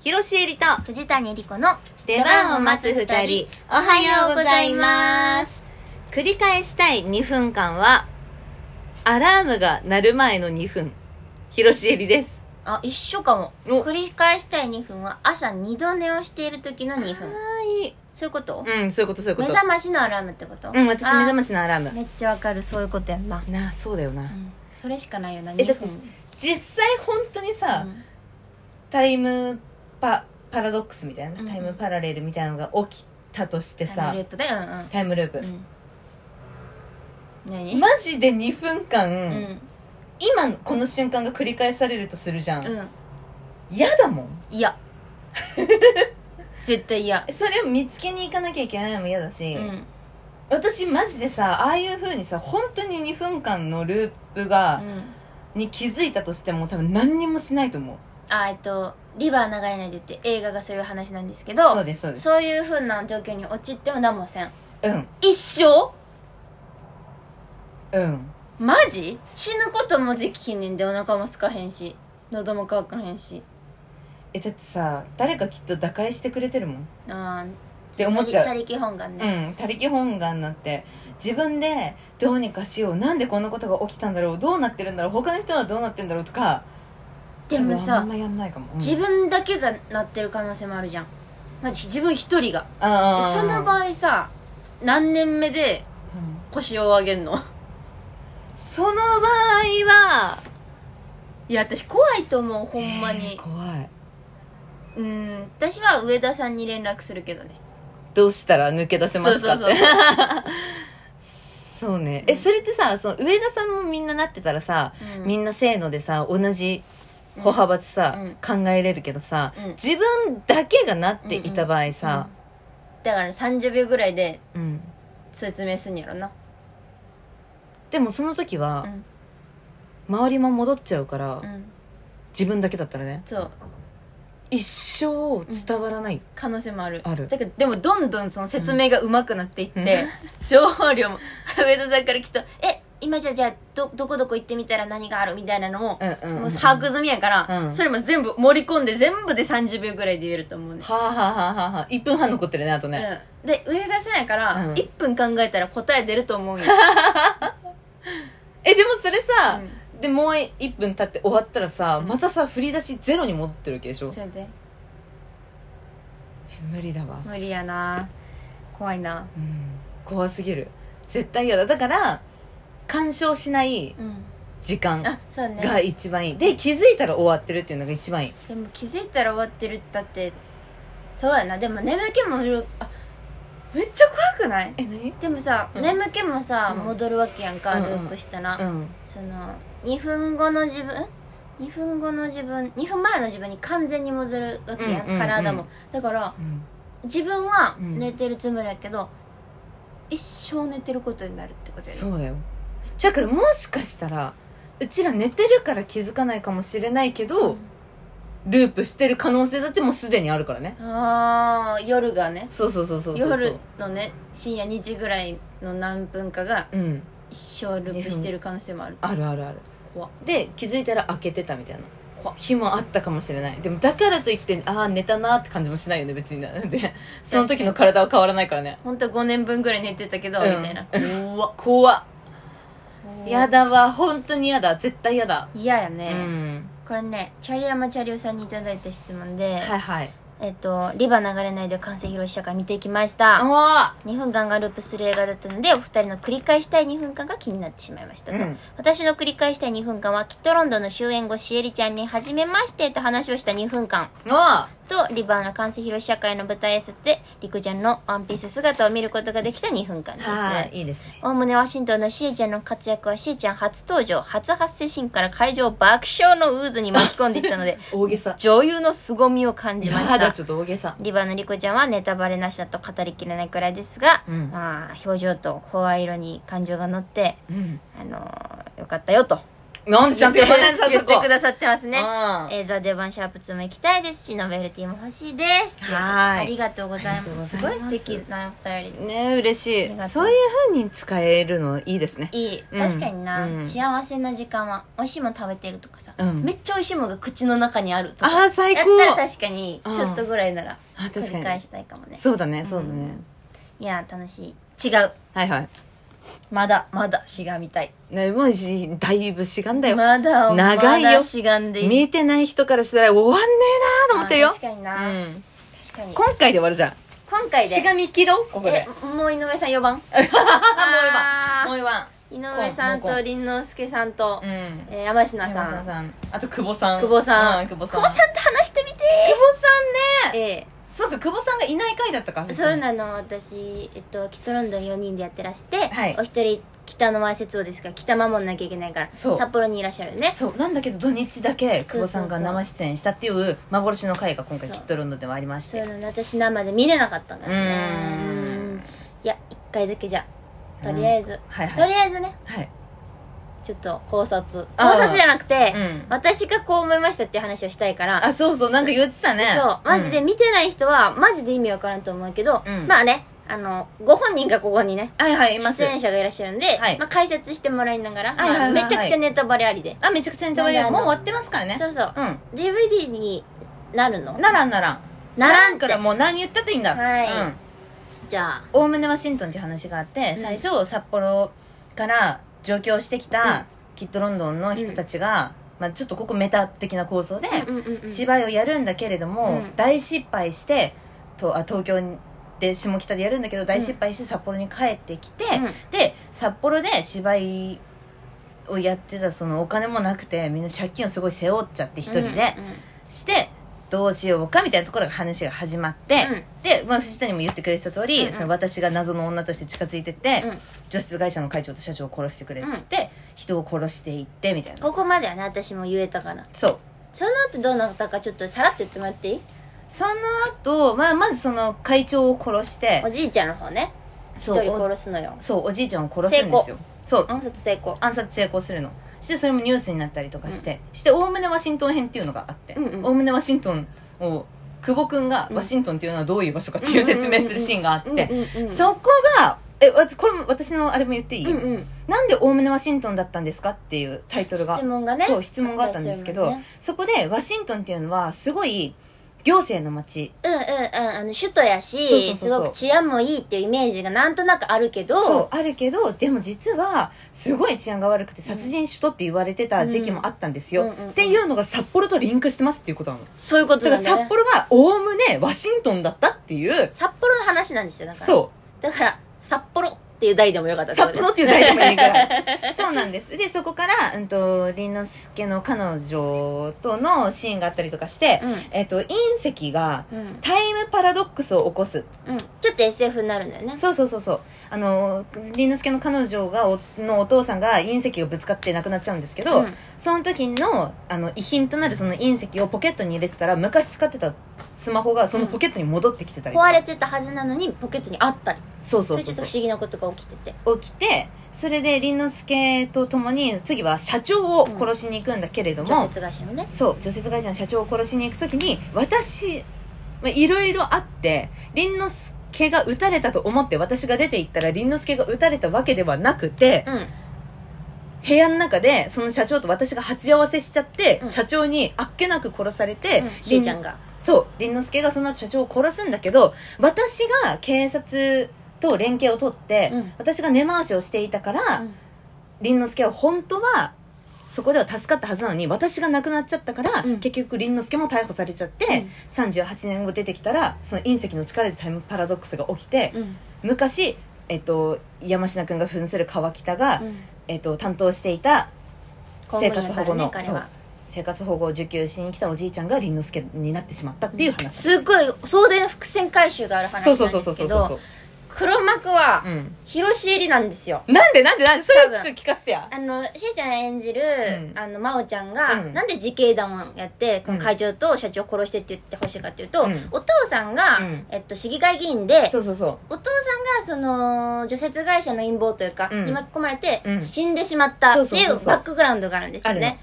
広瀬えりと藤谷莉子の出番を待つ二人、おはようございます。繰り返したい2分間は、アラームが鳴る前の2分。広瀬えりです。あ一緒かもお繰り返したい2分は朝二度寝をしている時の2分はい。そういうこと、うん、そういうことそういうこ目と。覚ましのアラームってことうん、私目覚まましのアラーム。めっちゃわかるそういうことやんな、なあ、そうだような。ん、それしかないよなえ2だって分実際本当にさ、うんタイムパパラドックスみたいな、うんタイムパラレルみたいなのが起きたとしてタさイムループでうんうんタイムループ、うん何、マジで2分間、うん今のこの瞬間が繰り返されるとするじゃん、うん嫌だもんい や絶対嫌それを見つけに行かなきゃいけないのも嫌だし、うん私マジでさああいう風にさ本当に2分間のループうが、んに気づいたとしても多分何にもしないと思うあえっと「リバー流れないで」って映画がそういう話なんですけそうどですそうですそういうふうな状況に陥っても何もせんうん一生うんマジ死ぬこともできひんねんでお腹も空かへんし喉も乾かへんしえだってさ誰かきっと打開してくれてるもんっあーて思っちゃう他力本願うね、ん、他力本願になって自分でどうにかしようなんでこんなことが起きたんだろうどうなってるんだろう他の人はどうなってんだろうとかでも多分あさんまやんないかも、うん、自分だけがなってる可能性もあるじゃんマジ自分一人があーその場合さ何年目でうん腰を上げんのその場合はいや私怖いと思うほんまえーに怖いうーん私は上田さんに連絡するけどねどうしたら抜け出せますかってそうそうそそうねえそれってさその上田さんもみんななってたらさ、うんみんなせーのでさ同じ歩幅でさ、考えれるけどさ、うん自分だけがなっていた場合さ、だから30秒ぐらいでうん、説明すんやろなでもその時は、うん周りも戻っちゃうから、うん自分だけだったらねそう一生伝わらない、可能性もあるあるだけどでもどんどんその説明が上手くなっていって、情報量も上田さんからきっと「え今じゃあじゃあどどこどこ行ってみたら何がある?」みたいなのも,、うんうんうんもう把握済みやかうら、んそれも全部盛り込んで全部で30秒ぐらいで言えると思うね、はあ、はあはあはあはあ、1分半残ってるねあとね、うん、で上田さんやから、うん1分考えたら答え出ると思うよ、えでもそれさ、うんでもう1分経って終わったらさまたさ振り出しゼロに戻ってるわけでしょそれでえ無理だわ、無理やな怖いなうん、怖すぎる絶対嫌だだから干渉しないうん時間あそうねが一番いい、で気づいたら終わってるっていうのが一番いいでも気づいたら終わってるってだってそうやなでも眠気もするあめっちゃ怖くないえ何でもさ、うん眠気もさ、うん戻るわけやんか、うんうんループしたら、うんその2分後の自分2分後の自分2分前の自分に完全に戻るわけやん、うんうんうん体もだからうん自分はうん寝てるつもりやけど、一生寝てることになるってことやねそうだよだからもしかしたらうちら寝てるから気づかないかもしれないけど、ループしてる可能性だってもうすでにあるからねああ夜がねそうそうそうそうそうそう夜のね深夜2時ぐらいの何分かがうん一生ループしてる可能性もあるあるあるある怖っで気づいたら開けてたみたいな怖っ日もあったかもしれないでもだからといってああ寝たなーって感じもしないよね別になでその時の体は変わらないからね本当5年分ぐらい寝てたけど、うんみたいな怖っ怖っやだわ本当にやだ絶対やだ嫌やうね、んこれねチャリヤマチャリオさんにいただいた質問で、はいはいえっと「リバー流れないで完成披露試写会」見ていきましたあ2分間がループする映画だったのでお二人の繰り返したい2分間が気になってしまいましたと、うん私の繰り返したい2分間はきっとロンドンの終演後しえりちゃんに「はじめまして」と話をした2分間ーあとリバーの完成披露試写会の舞台挨拶でりくちゃんのワンピース姿を見ることができた2分間ーですはいいいですねおおむねワシントンのシエちゃんの活躍はシエちゃん初登場初発生シーンから会場を爆笑の渦に巻き込んでいったの で大げさ女優の凄みを感じましやだたちょっと大げさリバーのリコちゃんはネタバレなしだと語りきれないくらいですが、うんまあ表情と声色に感情が乗ってうんあのーよかったよとなんでちゃんと呼ばないの早言速ってくださってますね。うんえー、ザ・デバンシャープ2も行きたいですし、ノベルティも欲しいです。はいありがとうございます。すありごがとございういま素す敵なお便り。ね嬉しありがというそういう風に使えるのいいですねいい。うん確かにな、うん幸せな時間は、美味しいもの食べてるとかさ、うんめっちゃ美味しいものが口の中にあるとか。ああ最やっ高たら確かに、ちょっとぐらいなら、あ確繰りか返にしたいかもね。そうだねそうだうねいや、楽しい。違う。はいはいまだ、まだ、しがみたい。ねもうしだいぶしがんだよまだ、長いよまだしがんでい見てない人からしたら終わんねえなーと思ってるあよ確かにな、うん確かに。今回で終わるじゃん今回で。しがみ切ろうここでえ、もう井上さん4番 もうあ言わんー井上さんともうこう林之助さんと、うんえー山科さ山ん下さんあと久保さん久保さん,、うん久保さんと話してみて久保さんねえそうか久保さんがいない回だったかー、そうなの私、えっと、キットロンドン4人でやってらして、はいお一人北の前節夫ですが北守んなきゃいけないからそう札幌にいらっしゃるよねそうなんだけど土日だけ久保さんが生出演したっていう幻の回が今回そうキットロンドンではありましそうてなの私生で見れなかったのよねうーんうーんいや1回だけじゃとりあえず、はいとはいりあえずねはいちょっと考察あー考察じゃなくて、うん私がこう思いましたっていう話をしたいからあそうそうなんか言ってたねそうマジでん見てない人はマジで意味わからんと思うけど、うんまあねあのご本人がここにねはいはいいます出演者がいらっしゃるんで、はいまあ、解説してもらいながら、はいはいはいはいまあめちゃくちゃネタバレありで、あめちゃくちゃネタバレもなんうであの終わってますからねそうそう、うん DVD になるのならんならんならんっかてらもう何言ったっていいんだはいうんじゃあおおむねワシントンっていう話があって、うん最初札幌から上京してきうんたキットロンドンの人たちが、まあ、ちょっとここメタ的な構想でうんうんうん芝居をやるんだけれども、うん大失敗してとあ東京で下北でやるんだけど大失敗して札幌に帰ってきて、うんで札幌で芝居をやってたそのお金もなくてみんな借金をすごい背負っちゃって一人で、してどうしようかみたいなところが話が始まって、うんで、まあ、藤谷も言ってくれてた通り、うんうんその私が謎の女として近づいてって、うんうん女室会社の会長と社長を殺してくれっつって、人を殺していってみたいなここまではね私も言えたからそうその後どうなったかちょっとさらっと言ってもらっていいその後、まあまずその会長を殺しておじいちゃんの方ね一そう人お殺すのよそうおじいちゃんを殺すんですよそう暗殺成功暗殺成功するのしてそれもニュースになったりとかして、しておおむねワシントン編っていうのがあってうんうんおおむねワシントンを久保君がワシントンっていうのはどういう場所かっていう説明するシーンがあって、うんうんそこが、え、わこれも私のあれも言っていい、うんうんなんで大胸ワシントンだったんですかっていうタイトルが。質問がねそう、質問があったんですけあど、ったりそこでワシントンっていうのはすごい行政の街。うんうんうんあの首都やしそうそうそうそうすごく治安もいいっていうイメージがなんとなくあるけどそう、あるけど、でも実はすごい治安が悪くて殺人首都って言われてた時期もあったんですよ。うんうんうんうんっていうのが札幌とリンクしてますっていうことなの。そういうこだとかだらね札幌が大胸ワシントンだったっていう、札幌の話なんですよだからそう。だから札幌っていう題でもよかった札幌っていう題でもいいぐ らいそうなんですでそこから、うん、と凛之介の彼女とのシーンがあったりとかして、うんえっと隕石がうん、うん、タイムパラドックスを起こすちょっと SF になるんだよねそうそうそうそうあの凛之介の彼女がおのお父さんが隕石がぶつかって亡くなっちゃうんですけど、うんその時のあの遺品となるその隕石をポケットに入れてたら昔使ってたスマホがそのポケットに戻ってきてたりとか、壊れてたはずなのにポケットにあったりそうそそうれそちょうっとそう不思議なことが起きてて起きてそれで凛之介と共に次は社長を殺しに行くんだけれども、除雪会社のねそう除雪会社の社長を殺しに行く時に私まあいろいろあって凛之介が撃たれたと思って私が出て行ったら凛之介が撃たれたわけではなくて、うん部屋の中でその社長と私が鉢合わせしちゃって、うん社長にあっけなく殺されて、うん凛しーちゃんがそう凛之介がその後社長を殺すんだけど私が警察と連携を取って、うん私が根回しをしていたから、うん凛之助は本当はそこでは助かったはずなのに私が亡くなっちゃったから、うん結局凛之助も逮捕されちゃって、うん38年後出てきたらその隕石の力でタイムパラドックスが起きて、うん昔、えっと、山科君が扮する川北が、うんえっと、担当していた公務生員だ活保護の、からね彼そはう生活保護を受給しに来たおじいちゃんが凛之助になってしまったっていう話、すっごい送電伏線回収がある話そなうんそでうそうそすうそけうそうど黒幕はうん。広重里なんですよなんでなんでなんでそれ多をちょ分っと聞かせてや。あのしーちゃん演じる、うんあの真央ちゃんが、うんなんで自警団をやってこうのん会長と社長を殺してって言ってほしいかっていうと、うんお父さんが、うんえっと、市議会議員でそうそうそう。お父さんがその除雪会社の陰謀というか、うんに巻き込まれて、うん死んでしまったってそういそうそううそうバックグラウンドがあるんですよね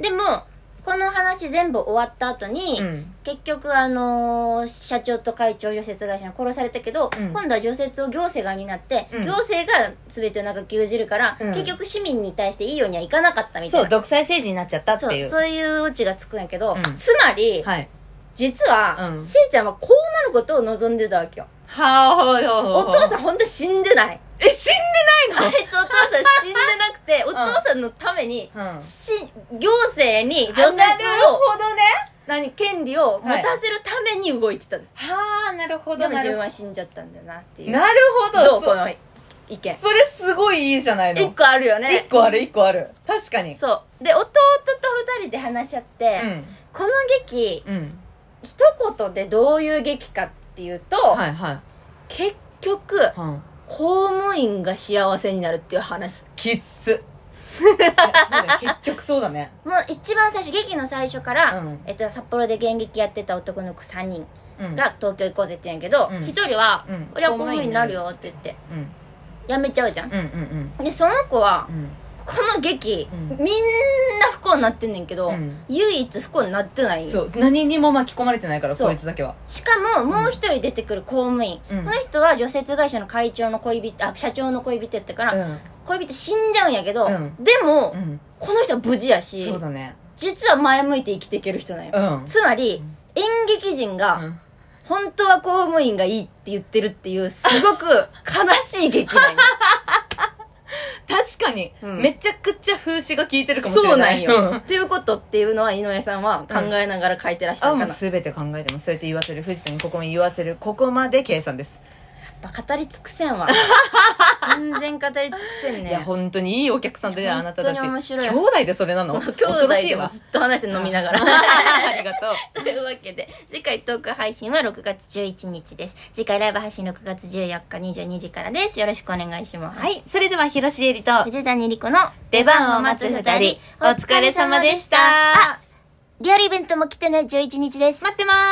でもこの話全部終わった後に、うん。結局あのー社長と会長除雪会社に殺されたけど、うん今度は除雪を行政が担って、うん行政が全てをなんか牛耳るから、うん結局市民に対していいようにはいかなかったみたいそなう、独裁政治になっちゃったってそういう。そういうオチがつくんやけど、うんつまり、はい。実は、うんしーちゃんはこうなることを望んでたわけよ、はあ、ほうほうおほう父さん本当に死んでないえ、死んであないいつお父さん死んでなく て、お父さんのために、のうん。し行政に除雪あなるをほどね。何権利を持たせるために動いてたの、はあ、なるほでど、もな自る分ほは死んじゃったんだよなっていど。うなるほどど。うこその意見それすごいいいじゃないの。一個あるよね一個ある、一個ある。確かに。そうで弟と二人で話し合って、うこの劇ん。うん。一言でどういう劇かっていうと、はいはい。結局うん。公務員が幸せになるっていう話キッ ズ。いやそうだよ結局そうだね。もう一番最初劇の最初から、うんえっと、札幌で現役やってた男の子3人うん。が東京行こうぜって言うんやけどうん一、人は、うん俺は公務員になるよ」って言ってうん。辞めちゃうじゃんうんうんでその子はうん。うん。この劇、うんみんな不幸になってんねんけど、うん唯一不幸になってないよそう、何にも巻き込まれてないから、そうこいつだけは。しかももう一人出てくる公務員、うんこの人は除雪会社の会長の恋人あ社長の恋人やったから、うん。恋人死んじゃうんやけど、うんでも、うん。この人は無事やしそうだね。実は前向いて生きていける人なんよ、うん。つまり演劇人が、うん本当は公務員がいいって言ってるっていう、すごく 悲しい劇なんよ確かに、うんめちゃくちゃ風刺が効いてるかもしそれうなない。んよ。うっていうことっていうのは井上さんは考えながら書いてらっし ゃあ、るもかうら、すべて考えても、そうやって言わせる、藤田にここに言わせる、ここまで計算です。やっぱ語り尽くせ んわ。全然語り尽くせんね。いや、本当にいいお客さんだいね、やあなたたち。本当に面白い兄弟でそれなのその兄恐弟ろしいでも わず。っと話して飲みながら。 ありがとう。というわけで、次回トーク配信は6月11日です。次回ライブ配信6月14日22時からです。よろしくお願いします。はい、それでは、広重里と、藤谷莉子の出番を待つ二人、お疲れ様でした。あ、リアルイベントも来てね、11日です。待ってます